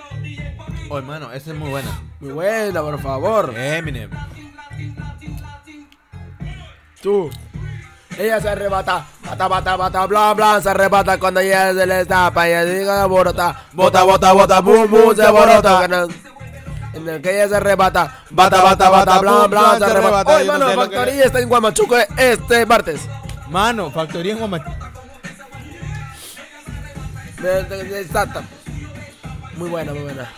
Speaker 1: Oh, hermano, esa es muy buena.
Speaker 2: muy buena, por favor.
Speaker 1: Eminem.
Speaker 2: Tú. Ella se arrebata, bata, bata, bata, bla, bla, se arrebata cuando ella se le escapa, ella se llega a borota, bota, bota, bota, boom, boom, se borota. En el que ella se arrebata, bata, bata, bata, bla, bla, se arrebata. Hoy,
Speaker 1: Yo no
Speaker 2: mano,
Speaker 1: sé lo que-
Speaker 2: Factoría está en Guamachuco este martes.
Speaker 1: Mano, factoría en Guamach-
Speaker 2: Exacto. Muy buena, muy buena.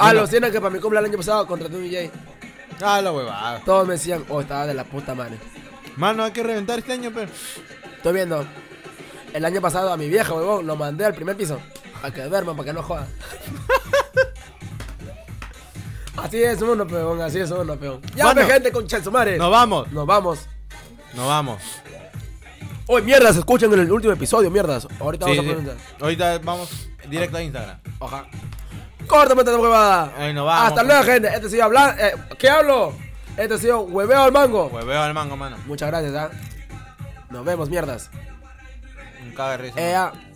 Speaker 2: Ah, Alucina que para mi cumple el año pasado contraté un DJ.
Speaker 1: Ah, la huevada.
Speaker 2: Todos me decían, oh, estaba de la puta madre.
Speaker 1: Mano, hay que reventar este año, pero.
Speaker 2: Estoy viendo. El año pasado a mi vieja, huevón, lo mandé al primer piso. Para que duerma, para que no joda. así es uno, peón, así es uno, peón. Ya,
Speaker 1: Bueno.
Speaker 2: mi gente, con su madre.
Speaker 1: Nos vamos.
Speaker 2: Nos vamos.
Speaker 1: Nos vamos.
Speaker 2: Hoy, mierdas, escuchen en el último episodio, mierdas. Ahorita
Speaker 1: Sí,
Speaker 2: vamos a
Speaker 1: sí.
Speaker 2: preguntar.
Speaker 1: Ahorita vamos directo a Instagram.
Speaker 2: Ojalá. Córtame esta huevada.
Speaker 1: Ay, nos vamos,
Speaker 2: Hasta luego, gente. Este ha sido hablar. eh, ¿Qué hablo? Este ha sido hueveo al mango.
Speaker 1: Hueveo Pues al mango, mano.
Speaker 2: Muchas gracias, ¿ah? Nos vemos, mierdas.
Speaker 1: Un caga de risa.
Speaker 2: Ea.